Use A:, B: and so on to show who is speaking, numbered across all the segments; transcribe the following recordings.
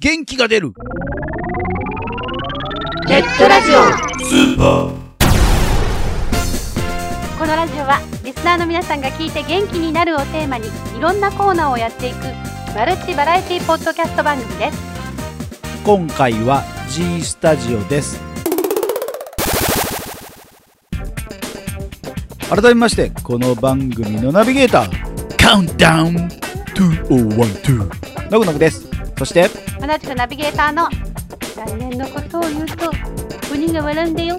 A: 元気が出る
B: ネットラジオこのラジオはリスナーの皆さんが聞いて元気になるをテーマにいろんなコーナーをやっていくマルチバラエティポッドキャスト番組です
A: 今回は G スタジオです改めましてこの番組のナビゲーターカウントダウン2012ノグノグですそして
B: 同じくナビゲーターの来年のことを言うと鬼が笑うんだよ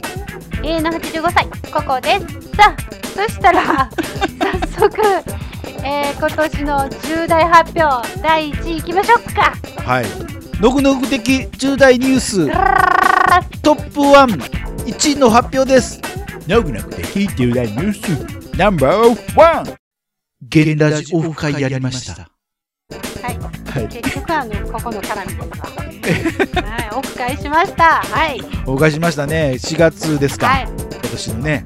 B: 永遠の85歳ココですさあそした ら早速、えー今年の重大発表第1位いきましょうか
A: はいノグノグ的重大ニューストップ11位の発表ですノグノグ的重大ニュースナンバーワンゲンラジオフ会やりました
B: はい
A: はい
B: 結局あのここの絡みですわはいお伺いしましたはい
A: お伺いしましたね4月ですか、
B: はい
A: 今年のね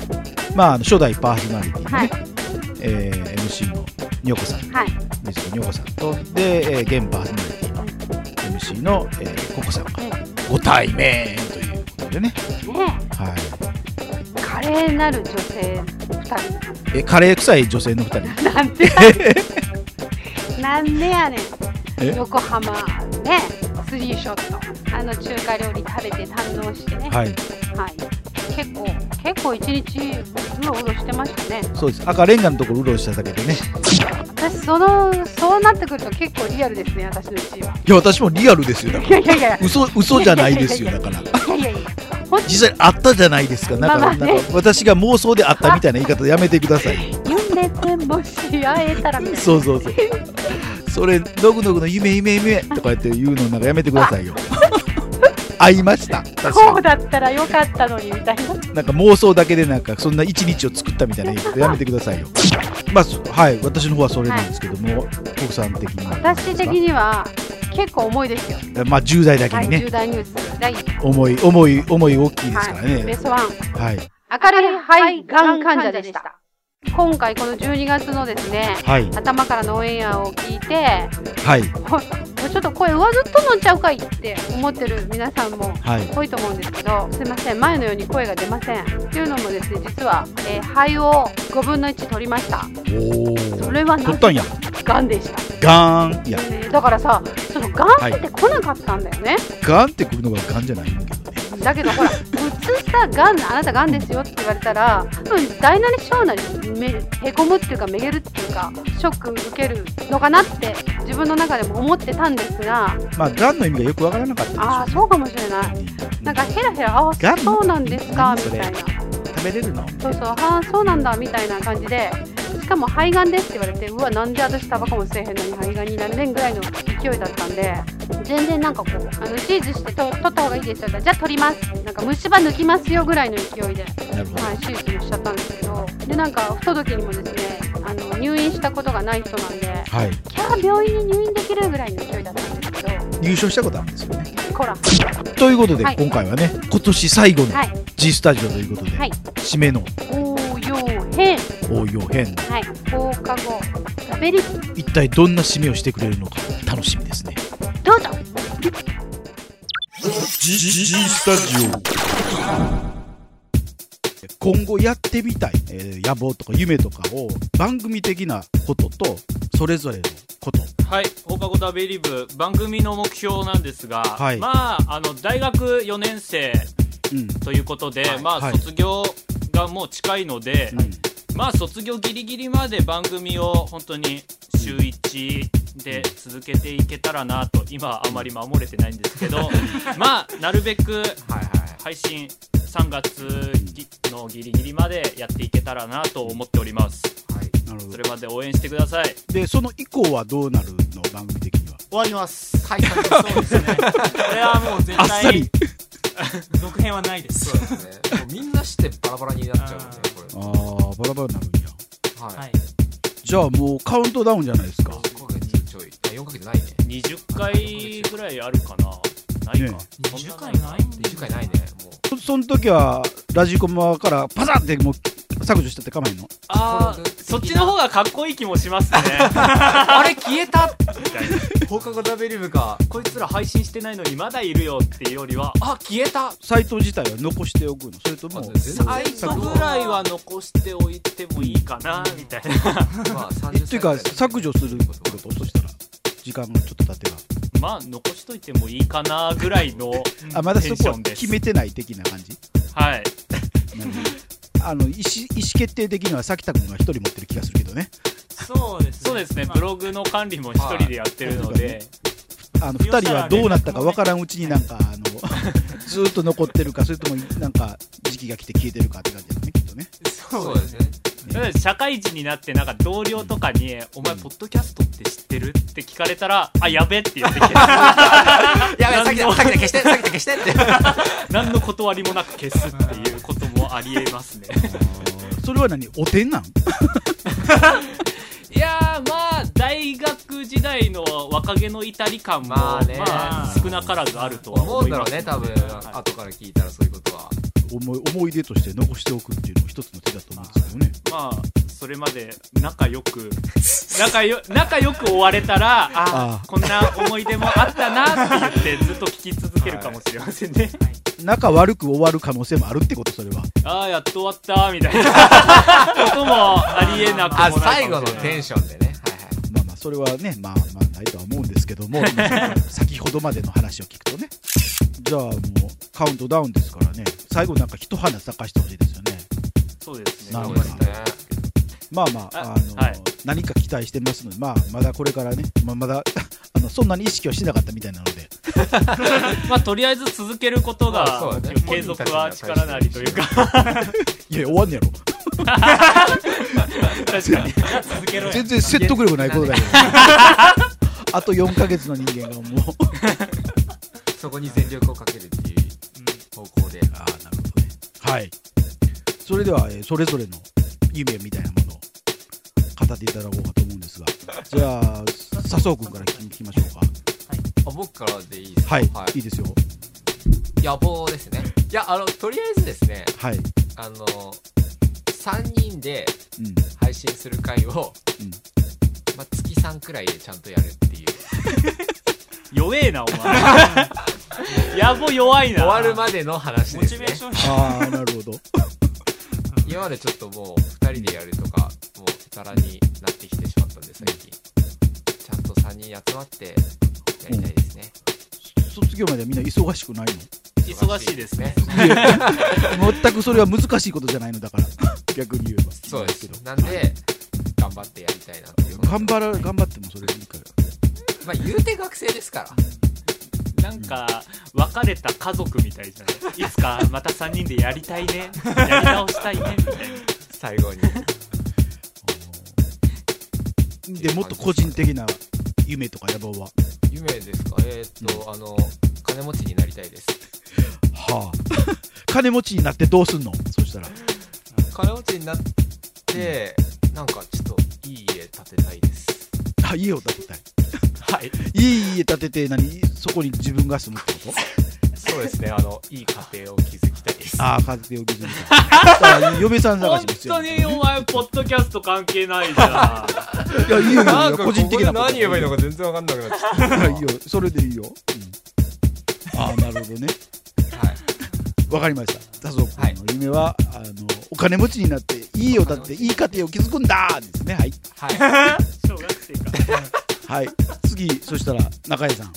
A: まああの初代パーソナリティのね、
B: はい
A: えー MC のにょこさん
B: はい
A: ミュージックのにょこさんとで、えー現パーソナリティの MC の、えー、ココさんが
B: うん
A: ご対面ということでね、
B: ね
A: はい、
B: え華麗なる女性2人
A: えカレー臭い女性の2人
B: なんで なんでやね
A: え
B: ん横浜ねスリーショットあの中華料理食べて堪能してねは
A: はい
B: い、結構結構一日うろうろしてましたね
A: そうです赤レンガのところうろしただけでね
B: 私そのそうなってくると結構リアルですね私の1位はい
A: や私もリアルですよだ
B: いやいやいや
A: 嘘嘘じゃないですよだから
B: いやいやいやほん
A: 実際にあったじゃないですかなんか,、
B: まあまあね
A: なんか私が妄想であったみたいな言い方やめてください
B: 夢でもし会えたらみたい な
A: そうそうそう。それ、ノグノグの夢夢夢とかやって言うのなんかやめてくださ いよ。会いました。確
B: こ
A: か
B: うだったらよかったのにみたいな
A: に。なんか妄想だけでなんかそんな一日を作ったみたいな言い方やめてくださいよ。まあ、そはい、私の方はそれなんですけども、国産的にはどうですか。
B: 私的には結構重いですよ、
A: まあ、10代だけ
B: は
A: に
B: い、
A: ね
B: 重、大ニュース第1
A: 思い、思い、思い大きいですから
B: はい、ベ
A: ね。
B: ストワン
A: はい。
B: 明るい肺がん患者でした今回この12月のですね
A: はい。
B: 頭からのオンエアを聞いて
A: はい。
B: ほほちょっと声上ずっと飲んちゃうかいって思ってる皆さんも
A: はい。
B: 多いと思うんですけどすいません前のように声が出ませんっていうのもですね実は、えー肺を5分の1取りました
A: おお。
B: それは
A: 取
B: な
A: ったんや。
B: がんでした、
A: ガーン。いや、
B: ねだからさそのがんって来なかったんだよね、
A: ガーンってくるのがガンじゃないんだけどね。
B: だけどほら普通さがんあなたがんですよって言われたら多分大なり小なりめへこむっていうかめげるっていうかショック受けるのかなって自分の中でも思ってたんですが
A: まあ、ガンの意味がよくわからなかったんでしょうね
B: ああそうかもしれないなんかヘラヘラあ
A: が
B: あ
A: ん
B: そうなんですか
A: 何そ
B: み
A: れ
B: たいな
A: 食べれるの
B: そうそうああそうなんだみたいな感じでしかも肺がんですって言われてうわなんで私タバコも吸えへんのに肺がんになれんぐらいの勢いだったんで全然なんかこうあの手術してと取った方がいいですよじゃあ取りますなんか虫歯抜きますよぐらいの勢いで
A: なるほど
B: はい、手術もしちゃったんですけど、でなんか不届きにもですねあの入院したことがない人なんで、
A: はい
B: キャー、病院に入院できるぐらいの勢いだったんですけど、
A: 優勝したことあるんですよね
B: こら、は
A: ということで、
B: はい
A: 今回はね今年最後の
B: い、
A: G スタジオということで、
B: はい
A: 締めの
B: 応用編、
A: 応用編
B: はい、放課後、ラベリック、
A: 一体どんな締めをしてくれるのか楽しみですね
B: どうぞ、
A: G, G, スタジオ今後やってみたい、えー野望とか夢とかを番組的なこととそれぞれのこと
C: はい、放課後ダベリブ番組の目標なんですが、
A: はい
C: まああの大学4年生
A: うん
C: ということで、まあ、
A: はい
C: 卒業がもう近いので、まあ卒業ギリギリまで番組を本当に週1で続けていけたらなと今はあまり守れてないんですけど まあなるべく配信3月ぎのギリギリまでやっていけたらなと思っております
A: なるほ
C: そ
A: ど
C: れまで応援してください
A: でその以降はどうなるの番組的には
D: 終わります。解散そうですね。
E: これはもう絶
A: あっさり
E: 対続編はないです
F: そうですね。もうみんなしてバラバラになっちゃうので、こ
A: ああバラバラになるんや
F: れ。は。
E: はいい
A: じゃあもうカウントダウンじゃないですか
F: 5ヶ月ちょい。あ、4ヶ月ないね。
C: 20回ぐらいあるかなないか、
A: ね
E: 20回ないん
F: 20回ないね。もう。
A: そその時はラジコマからパサってもう削除しちゃって構えんの
C: あーそっちの方がかっこいい気もしますね
F: あれ消えた
C: みたいな
F: 放課後ダベリブが
C: こいつら配信してないのにまだいるよっていうよりは
F: あ消えた
A: サイト自体は残しておくのそれとも
F: あ全然
C: サイトぐらいは残しておいてもいいかなみたいな
F: まあ
A: え
F: 30
A: っていうか削除するってことそしたら時間がちょっと経てば、
C: まあ残しといてもいいかなぐらいの
A: あまだ
C: テ
A: そ
C: ンシ
A: こは
C: ョンです
A: 決めてない的な感じ
C: はい
A: なるほどあの意思意思決定的にはさきたくんが一人持ってる気がするけどね
E: そうです
C: そうですね
E: まあ
C: ブログの管理も一人でやってるので
A: あの2人はどうなったか分からんうちになんか あのずーっと残ってるかそれともなんか時期が来て消えてるかって感じだねきっとね
E: そ
F: そうう
E: で
F: ですすね
C: だから社会人になってなんか同僚とかに「お前ポッドキャストって知ってる?」って聞かれたら「あやべ」って言って きて
F: やべえさっきださっきだ消してさっきだ消してって
C: 何の断りもなく消すっていうこともありえますね
A: それは何おてんなん
C: いやーまあ大学時代の若気の至り感も、ま
F: ま
C: あ
F: あね
C: 少なからずあるとは
F: 思
C: 思
F: うん
C: い
F: だろ
C: ま
F: う
C: す
F: ね多分
C: はい
F: 後から聞いたらそういうことは
A: 思い思い出として残しておくっていうのも一つの手だと思うんですけどね
C: まあそれまで仲良く仲よ仲良く終われたらあ
A: ああ
C: こんな思い出もあったなって言ってずっと聞き続けるかもしれませんね、
A: 仲悪く終わる可能性もあるってことそれは
C: ああやっと終わったみたいなこともありえなくもな
F: あ
C: いかもしれ
F: 最
C: な
F: 後
C: い
F: のテンションでねはいはい
A: まあまあそれはねまあまあないとは思うんですけ ども今先ほどまでの話を聞くとねじゃあもうカウントダウンですからね最後なんか一花咲かしてほしいですよね
C: そうですね
A: なるほ
F: そう
A: ど
F: ですね
A: まあまああ
C: あ
A: の、
C: はい
A: 何か期待してますのでまあまだこれからね、まあ、まだあのそんなに意識はしてなかったみたいなので
C: まあとりあえず続けること
F: まあそ
C: が
F: うだね
C: 継続は力なりというか
A: いやいや終わんねやろ
C: 確かに
E: じゃあ続けろよ
A: 全然説得力ないことだけどあと4ヶ月の人間がもう
F: そこに全力をかけるっていう方向で
A: ああなるほどねはいそれでは、えーそれぞれの夢みたいなものを語っていただこうかと思うん ですがじゃあ笹生君から聞きましょうか
F: あ僕からでいいですか
A: はい、い、いですよ
F: 野望ですねいやあのとりあえずですね
A: はい、うん、
F: あの3人で配信する回を、
A: うん
F: まあ、月3くらいでちゃんとやるっていう
C: 弱えなお 前野暮弱いな
F: 終わるまでの話
E: モ
F: で
E: チ
F: す
E: ベ
F: ね
E: ーション
A: ああなるほど
F: 今までちょっともう2人でやるとかもうざらになってきてしまったんで最近ちゃんと3人集まってやりたいですね
A: 卒業まではみんな忙しくない
C: 忙しいですね
A: の全くそれは難しいことじゃないのだから 逆に言えば
F: そうですなんで頑張ってやりたいなと
A: 頑張ら頑張ってもそれでいいから
F: まあ言うて学生ですから
C: なんか別れた家族みたいじゃないいつかまた3人でやりたいねやり直したいねみたいな
F: 最後に
A: でもっと個人的な夢とか野望は
F: 夢ですかえー、っと、あの金持ちになりたいです
A: はあ 金持ちになってどうすんのそしたら
F: 金持ちになって、なんかちょっといい家建てたいです
A: あ家を建てたい
F: はい
A: いい家建てて何そこに自分が住むってこと
F: そうですねあのいい家庭を築きたいです
A: ああ家庭を築いただから嫁さん探し
C: 本
A: ですよ
C: 当にお前ポッドキャスト関係ない じゃ
A: いやいいよいい
F: な
A: よ
F: んか
A: 個人的なこと
F: ここで何言えばいいのか全然わかんなくなっちゃっ
A: いやいいよそれでいいよ、うん、ああなるほどね
F: たはい
A: わかりました。笹生君の夢は、あのお金持ちになっていいよだっていい家庭を築くんだですね。はい。
F: はい、
C: ん小学生か
A: はい。次そしたら中谷さん。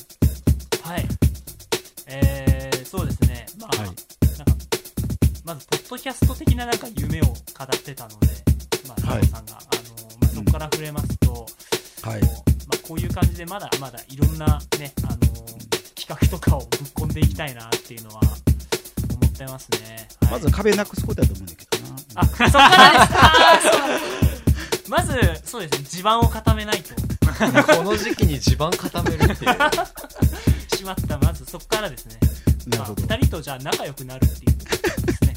E: はいえー、そうですねまあ、
A: はい
E: なんかまずポッドキャスト的ななんか夢を語ってたのでまあ
A: はい
E: 佐藤さんが、あのまあ、そこから触れますと、
A: はい
E: こうまあ、こういう感じでまだまだいろんなね、あの企画とかをぶっ込んでいきたいなっていうのは思ってますね、はい
A: まず壁なくすことだと思うんだけどな。
E: あそこから ですあーそうまずそうですね地盤を固めないと
F: この時期に地盤固めるっていう
E: しまったまずそこからですね
A: なるほど。
E: まあ、2人とじゃあ仲良くなるっていうことですね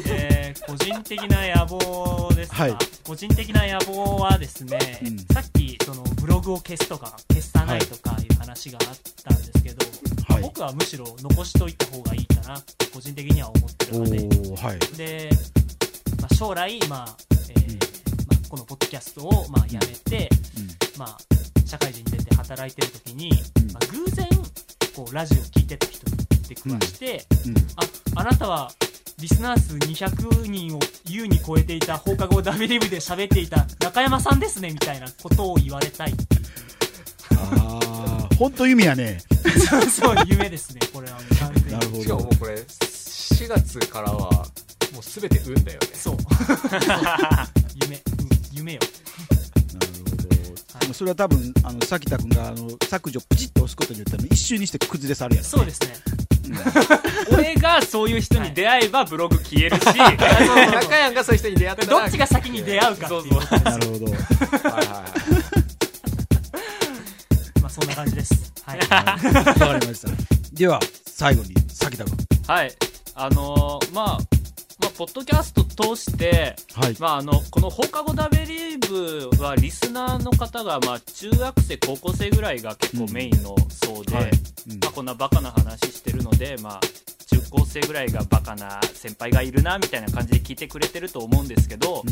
E: えー個人的な野望ですか、
A: はい
E: 個人的な野望はですね、
A: うん
E: さっきそのブログを消すとか消さないとかいう話があったんですけど、
A: はい。
E: 僕はむしろ残しといた方がいいかなって個人的には思ってる
A: お
E: ので
A: おはい。
E: で将来、まあえー
A: うん
E: まあ、このポッドキャストを、まあ、やめて、まあ、社会人出て働いてる時に、
A: うん
E: まあ、偶然こうラジオ聞いてた人に出くわして、
A: うん
E: ああなたはリスナー数200人を優に超えていた放課後ダビリブで喋っていた中山さんですねみたいなことを言われたい
A: ああ本当意味やね
E: そう そう夢ですねこれはもう完全に
A: なるほ
F: しかも
A: ど
F: もうこれ4月からはもう全て運だよね
E: そう夢、うん夢よ
A: なるほど。でもそれは多分あのさきたくんがあの削除プチッと押すことによってあの一瞬にして崩れ去るやろ。
E: そ うですね
C: 俺がそういう人に出会えばブログ消えるし、
F: 中山がそういう人に出会ったら
E: どっちが先に出会うかっていうことです
A: なるほど。
F: はいはいはい
E: まあそんな感じですはい
A: わかりました。では最後にさきたくん。
C: はい。あのーまあ、まあ、ポッドキャスト通して、
A: はい。
C: まあ、あの、この放課後ダベリーブは、リスナーの方が、まあ、中学生、高校生ぐらいが結構メインの層で、
A: はいうん
C: まあ、こんなバカな話してるので、まあ、中高生ぐらいがバカな先輩がいるな、みたいな感じで聞いてくれてると思うんですけど、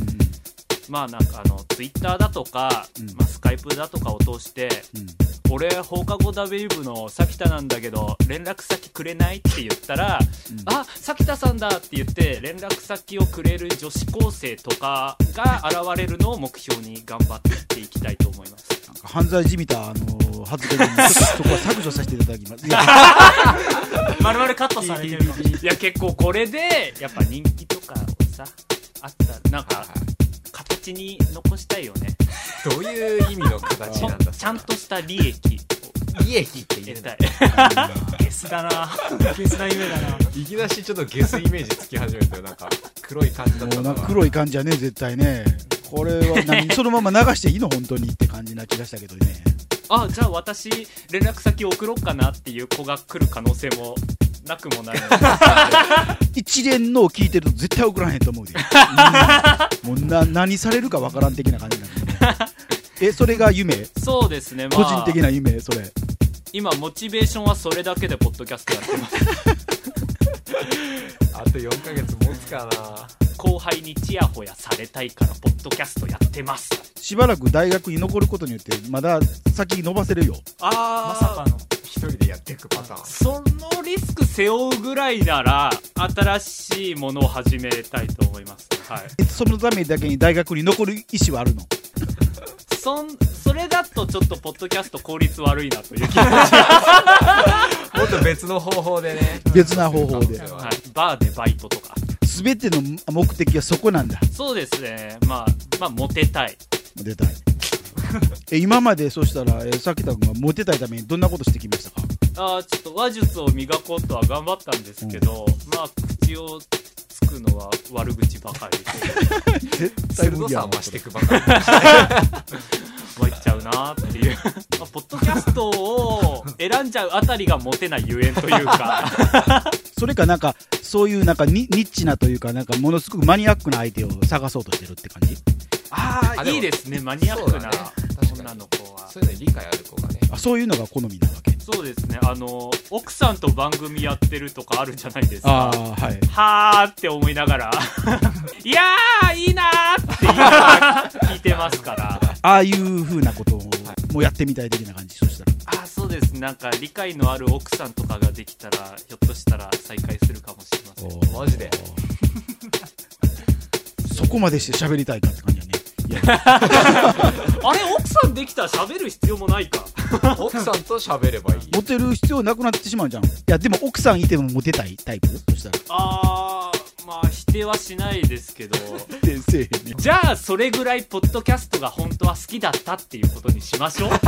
C: まあ、なんか、あの、ツイッターだとか、
A: うん
C: まあ、スカイプだとかを通して、
A: うんうん
C: 俺放課後ダベリブの咲田なんだけど連絡先くれないって言ったら
A: うん
C: 「あ咲田さんだ」って言って連絡先をくれる女子高生とかが現れるのを目標に頑張っていっていきたいと思います
A: なんか犯罪じみたあの発言にちょっとそこは削除させていただきます。いや
E: まるまるカットされてるかもしれない
C: いや結構これでやっぱ人気とかをさあったなんか形に残したいよね
F: どういう意味の形
C: ち
F: なんだ
C: ゃんとした利益を
F: 利益って言
C: 得
F: う
C: たい
F: な
E: ゲスだな。ゲスな夢だな。
F: いきなしちょっとゲスイメージつき始めたよなんか黒い感じだった
A: もう
F: の
A: なん
F: が
A: か黒い感じやね絶対ね。 これは何そのまま流していいの本当にって感じな気がしたけどね。
C: あじゃあ私連絡先送ろうかなっていう子が来る可能性もなくもないので
A: 一連のを聞いてると絶対送らへんと思うで、うんもうな何されるかわからん的な感じになるえそれが夢
C: そうですね、まあ、
A: 個人的な夢それ
C: 今モチベーションはそれだけでポッドキャストやってます
F: あと4ヶ月持つかな
C: 後輩にチヤホヤされたいからポッドキャストやってます
A: しばらく大学に残ることによってまだ先伸ばせるよ
C: あ
E: まさかの。
F: 一人でやっていくパターン
C: そのリスク背負うぐらいなら新しいものを始めたいと思いますはい
A: えそのためだけに大学に残る意思はあるの
C: そんそれだとちょっとポッドキャスト効率悪いなという気持ち、
F: もっと別の方法でね
A: 別な方法で
F: 可能性は
C: はい、バーでバイトとか
A: 全ての目的はそこなんだ
C: そうですねまあまあモテたい
A: 出たいえ今までそうしたらえさきた君はモテたいためにどんなことしてきましたか
C: あーちょっと話術を磨こうとは頑張ったんですけど、まあ口をつくのは悪口ばかり
A: 絶対無
F: 鋭
A: 理や
F: さ
A: な
F: は増していくばかり
C: 参っちゃうなって いうまあポッドキャストを選んじゃうあたりがモテないゆえんというか
A: それかなんかそういうなんかニニッチなというかなんかものすごくマニアックな相手を探そうとしてるって感じ
C: ああ
F: でも
C: いいですねマニアック
F: そ
C: な
F: うだね確かに
C: 女の子は
F: そういうのに理解ある子がね
A: あそういうのが好みなわけ
C: そうですねあの奥さんと番組やってるとかあるじゃないです
A: あ
C: か
A: あはい
C: はーって思いな がらいやーいいなーって言いながら聞いてますから
A: ああいう風なことをもうやってみたい的な感じそしたら
C: あーそうですなんか理解のある奥さんとかができたらひょっとしたら再会するかもしれません
F: マジで
A: そこまでして喋りたいかって感じやねいや
C: あれ奥さんできたら喋る必要もないか
F: 奥さんと喋ればいい
A: モテる必要なくなってしまうじゃんいやでも奥さんいてもモテたいタイプそしたら
C: あーまあ否定はしないですけど
A: でせえへんね
C: じゃあそれぐらいポッドキャストが本当は好きだったっていうことにしましょう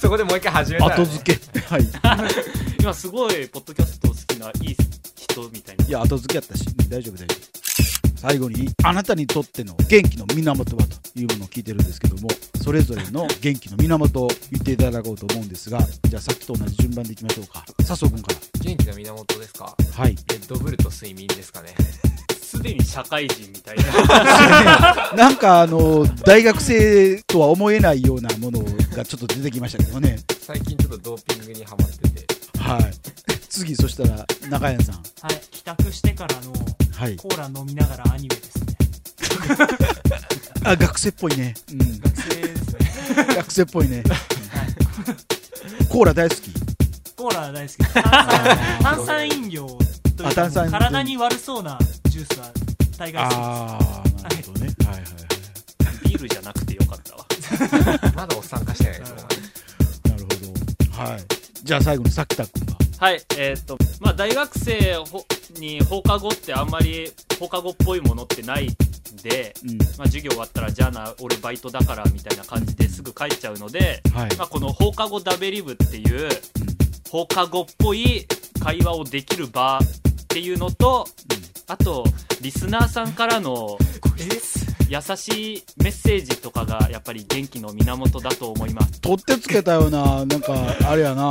F: そこでもう一回始めたらね
A: 後付け はいい
C: 今すごいポッドキャスト好きないい人みたいな
A: や後付けやったしうん大丈夫大丈夫最後にあなたにとっての元気の源はというものを聞いてるんですけどもそれぞれの元気の源を言っていただこうと思うんですがじゃあさっきと同じ順番でいきましょうか笹生君か
F: 元気の源ですから
A: はい
F: レッドブルと睡眠ですかね
C: すでに社会人みたいな
A: なんかあの大学生とは思えないようなものがちょっと出てきましたけどね
F: 最近ちょっとドーピングにハマってて
A: はい次そしたら中谷さん
E: はい。帰宅してからの
A: はい
E: コーラ飲みながらアニメですね。
A: あ学生っぽいね、うん、
E: 学生ですね。
A: 学生っぽいねコーラ大好き
E: コーラ大好きです。炭酸炭酸飲料
A: あ
E: というか
A: 炭酸飲料
E: 体に悪そうなジュースは大概好きです。
A: ああなるほどねはいはいはい
C: ビールじゃなくてよかったわ
F: まだおっさん化してないですもんね
A: なるほどはいじゃあ最後にさきたくんが
C: はいえっ、とまあ大学生ほに放課後ってあんまり放課後っぽいものってないんで、
A: うん
C: まあ、授業終わったらじゃあな俺バイトだからみたいな感じですぐ帰っちゃうので、
A: はい
C: まあ、この放課後ダベリブっていう放課後っぽい会話をできる場っていうのとあとリスナーさんからの優しいメッセージとかがやっぱり元気の源だと思います
A: 取ってつけたようななんかあれやな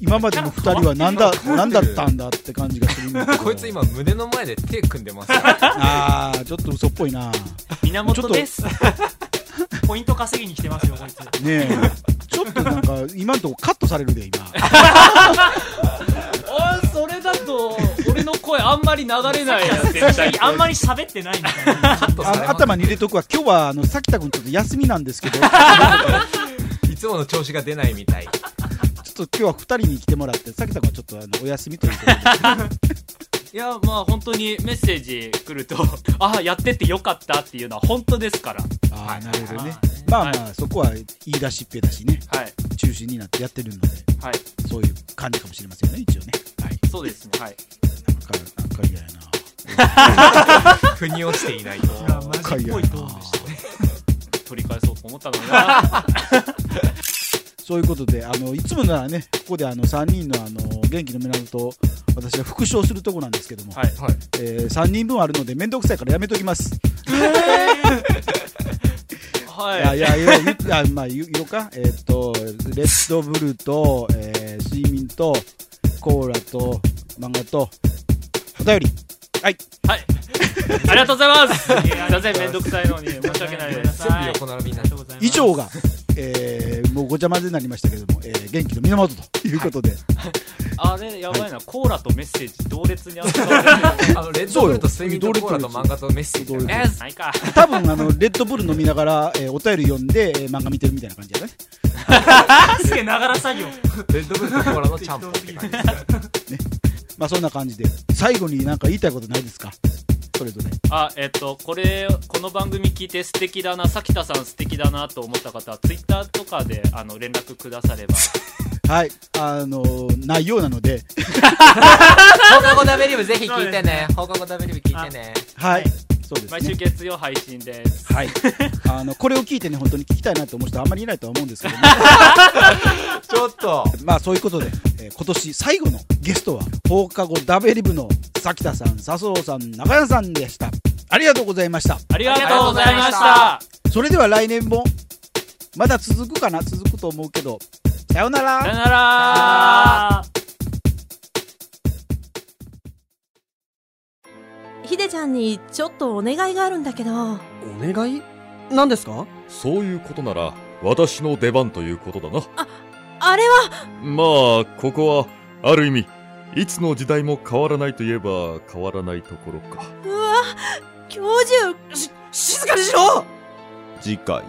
A: 今までの2人は何だ何だったんだって感じがするんだけど
F: こいつ今胸の前で手組んでま すよ
A: ああちょっと嘘っぽいな
C: 源です
E: ポイント稼ぎに来てますよ、こいつ。
A: ねえちょっとなんか今のとこカットされるで今
C: あーそれだと俺の声あんまり流れないやつ絶対
E: あんまり喋ってないみたいな。
F: カットされ
A: あ
F: ます
A: 頭に入れとくわ今日はあのさきたくんちょっと休みなんですけどちょ
F: いつもの調子が出ないみたい
A: っと今日は2人に来てもらってさきたくんはちょっとあのお休みということで
C: いやまあ本当にメッセージ来ると ああやっててよかったっていうのは本当ですから
A: ああなるほどね
E: はい
A: まあまあ、そこは言い出しっぺだしね
C: はい
A: 中心になってやってるので
C: はい
A: そういう感じかもしれませんよね一応ねはい
C: そうですねはい
A: なんかなんか嫌やな
F: 腑に落ちてい ないと
E: あマジっぽいトーンでしたね。
C: 取り返そうと思ったのにな
A: そういうことであのいつもならねここであの3人のあの元気の源と私は復唱するとこなんですけども、
C: はい
F: はい
A: えー3人分あるので面倒くさいからやめときます、い
C: は
A: や
C: い
A: いやいやいやまあ言う言おうかえーっとレッドブルと、えー、睡眠とコーラと漫画とお便りはい
C: はいありがとうございますすい
E: いや
C: ませんめんどくさいのに申し訳ないです
E: ごめんなさい
F: 横並びにな
E: ありが
F: って
E: とうございます
A: 以上が、えーもうごちゃ混ぜになりましたけども、えー元気の源ということで、
C: あれやばいなコーラとメッセージ同列に扱われてる
F: あのレッドブルと睡眠とコーラと漫画とメッセージ
A: そうよ
C: えーないか
A: 多分あのレッドブル飲みながら、えーお便り読んで、えー漫画見てるみたいな感じだね
E: すげえながら作業。
F: レッドブルとコーラのちゃんぽんって感じですね
A: まあそんな感じで最後になんか言いたいことないですかそれぞれ
C: あえっ、とこれこの番組聞いて素敵だな咲田さん素敵だなと思った方はツイッターとかであの連絡くだ されば
A: はいあのーないようなので
D: 放課後ダベリブぜひ聞いてね放課後ダベリブ聞いてね
A: はいそうですね
C: 毎週月曜配信です
A: はい、 あのこれを聞いてね本当に聞きたいなと思う人はあんまりいないとは思うんですけ ど、ね、
F: ちょっと
A: まあそういうことで、えー今年最後のゲストは放課後ダベリブの崎田さん笹生さん中谷さんでしたありがとうございました
C: ありがとうございまし
D: あ
C: た
A: それでは来年もまだ続くかな続くと思うけどさようなら
C: さよなら
G: ひでちゃんにちょっとお願いがあるんだけど
H: お願い何ですか
I: そういうことなら、私の出番ということだな。
G: あれは
I: まあ、ここは、ある意味、いつの時代も変わらないといえば変わらないところか。
G: うわ教授
H: し静かにしろ
J: 次回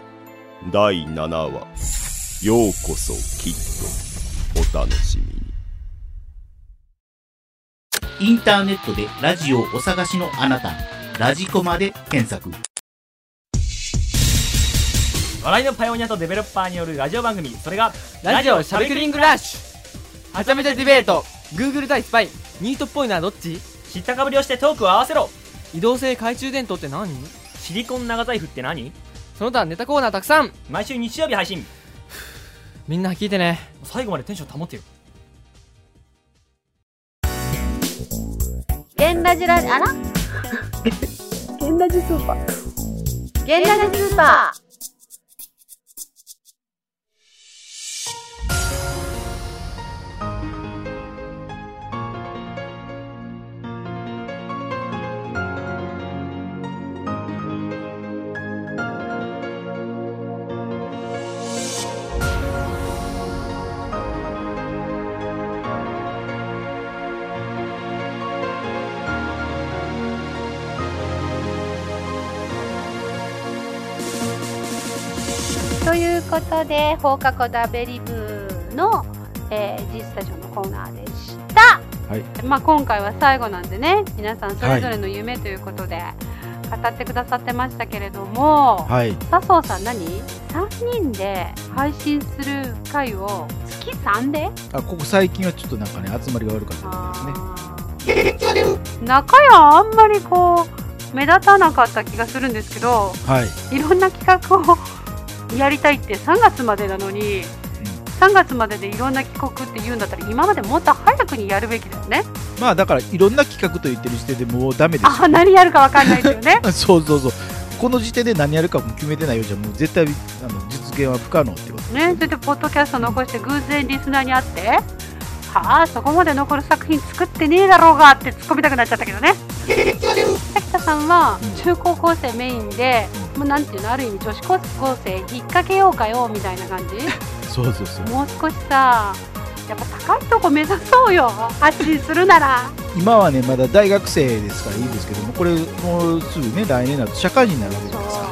J: 第7話「ようこそきっと」お楽しみに
K: インターネットでラジオをお探しのあなた、ラジコマで検索。
E: 笑いのパイオニアとデベロッパーによるラジオ番組、それが、
D: ラジオしゃべくりングラッシュはちゃめちゃディベート Google 対スパイニートっぽいのはどっち
E: 知ったかぶりをしてトークを合わせろ
D: 移動性懐中電灯って何
E: シリコン長財布って何
D: その他ネタコーナーたくさん
E: 毎週日曜日配信
D: みんな聞いてね
E: 最後までテンション保ってよ
B: ゲンラジラあらゲンラジスーパーゲンラジスーパーということで放課後ダベリブの、えー、G スタジオのコーナーでした、
A: はい
B: まあ、今回は最後なんでね皆さんそれぞれの夢ということで語ってくださってましたけれども、
A: はい
B: 笹生さん何 ?3 人で配信する回を月3で
A: あここ最近はちょっとなんかね集まりが悪かったですね
B: 中屋あんまりこう目立たなかった気がするんですけど
A: はい
B: いろんな企画をやりたいって3月までなのに、3月まででいろんな企画って言うんだったら今までもっと早くにやるべきだよね
A: まあだからいろんな企画と言ってる時点でもうダメですよ
B: あ何やるかわかんないですよね
A: そうそうそうこの時点で何やるかも決めてないようじゃもう絶対あの実現は不可能ってこと
B: ねそれでポッドキャスト残して偶然リスナーに会ってはあそこまで残る作品作ってねえだろうがって突っ込みたくなっちゃったけどね滝田さんは中高校生メインで、もうなんていうのある意味女子高校生引っ掛けようかよみたいな感じ
A: そうそうそう
B: もう少しさやっぱ高いとこ目指そうよ発信するなら
A: 今はねまだ大学生ですからいいですけどもこれもうすぐね来年になると社会人になるわけじゃないですか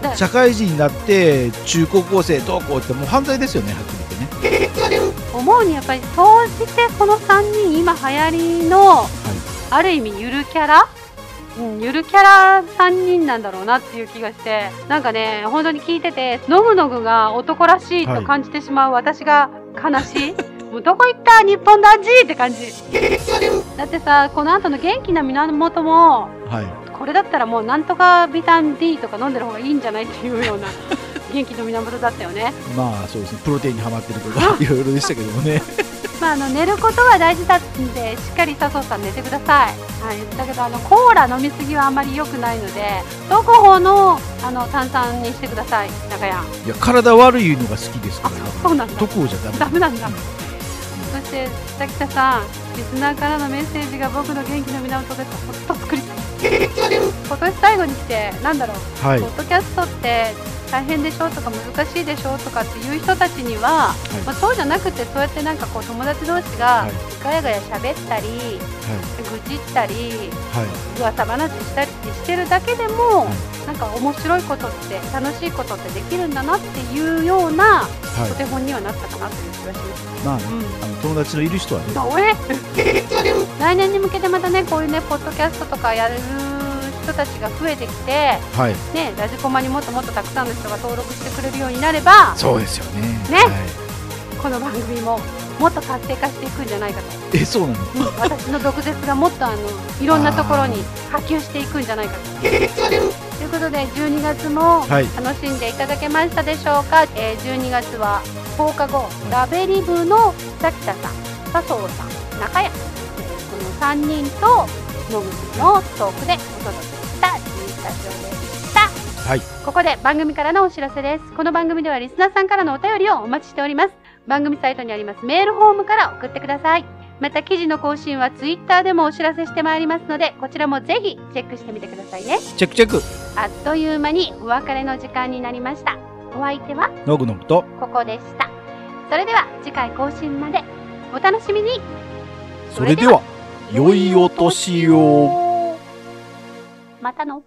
B: だ
A: 社会人になって中高校生どうこうってもう犯罪ですよねはっきり言ってね
B: 思うにやっぱり総じてこの3人今流行りの、ある意味ゆるキャラ、うん、ゆるキャラ3人なんだろうなっていう気がしてなんかね本当に聞いててノグノグが男らしいと感じてしまう私が悲しい、 もうどこ行った日本男児って感じだってさこの後の元気な源も
A: は
B: これだったらもうなんとかビタミン D とか飲んでる方がいいんじゃないっていうような元気の源だったよね
A: いまあそうですねプロテインにはまってるとかいろいろでしたけどもね
B: まあ、あの寝ることは大事だんでしっかり佐藤さん寝てください、はい、だけどあのコーラ飲みすぎはあんまり良くないのでどこ方のあの炭酸にしてください中谷
A: いや体悪いのが好きですから
B: そうなんだ
A: どこじゃダメ
B: ダメなんだそして滝田さんリスナーからのメッセージが僕の元気の源ですほっと作りたい今年最後に来てなんだろう、
A: はい
B: ポッドキャストって大変でしょとか難しいでしょとかっていう人たちには、
A: い
B: まあ、そうじゃなくてそうやってなんかこう友達同士がガヤガヤ喋ったり、愚痴ったり
A: はい
B: 噂話したりってしてるだけでも、なんか面白いことって楽しいことってできるんだなっていうような、
A: い
B: お手本にはなったかなという気がします。
A: まあね、あの友達のいる人はね
B: どれ 来年に向けてまたねこういうねポッドキャストとかやる人たちが増えてきて、
A: はい
B: ね、ラジコマにもっともっとたくさんの人が登録してくれるようになれば
A: そうですよね
B: ね、この番組ももっと活性化していくんじゃないかと
A: えそうなの
B: うん私の毒舌がもっとあのいろんなところに波及していくんじゃないかと。ということで12月も
A: はい
B: 楽しんでいただけましたでしょうか、えー12月は放課後ラベリブの滝田さん佐藤さん中谷、えーこの3人と野口のトークでお届けした「G スタジオ」でした。
A: はい
B: ここで番組からのお知らせです。この番組ではリスナーさんからのお便りをお待ちしております。番組サイトにありますメールフォームから送ってください。また記事の更新はツイッターでもお知らせしてまいりますので、こちらもぜひチェックしてみてくださいね。
A: チェックチェック
B: あっという間にお別れの時間になりました。お相手は
A: ノグノグと
B: ここでした。それでは次回更新までお楽しみに
A: それでは良いお年を
B: またの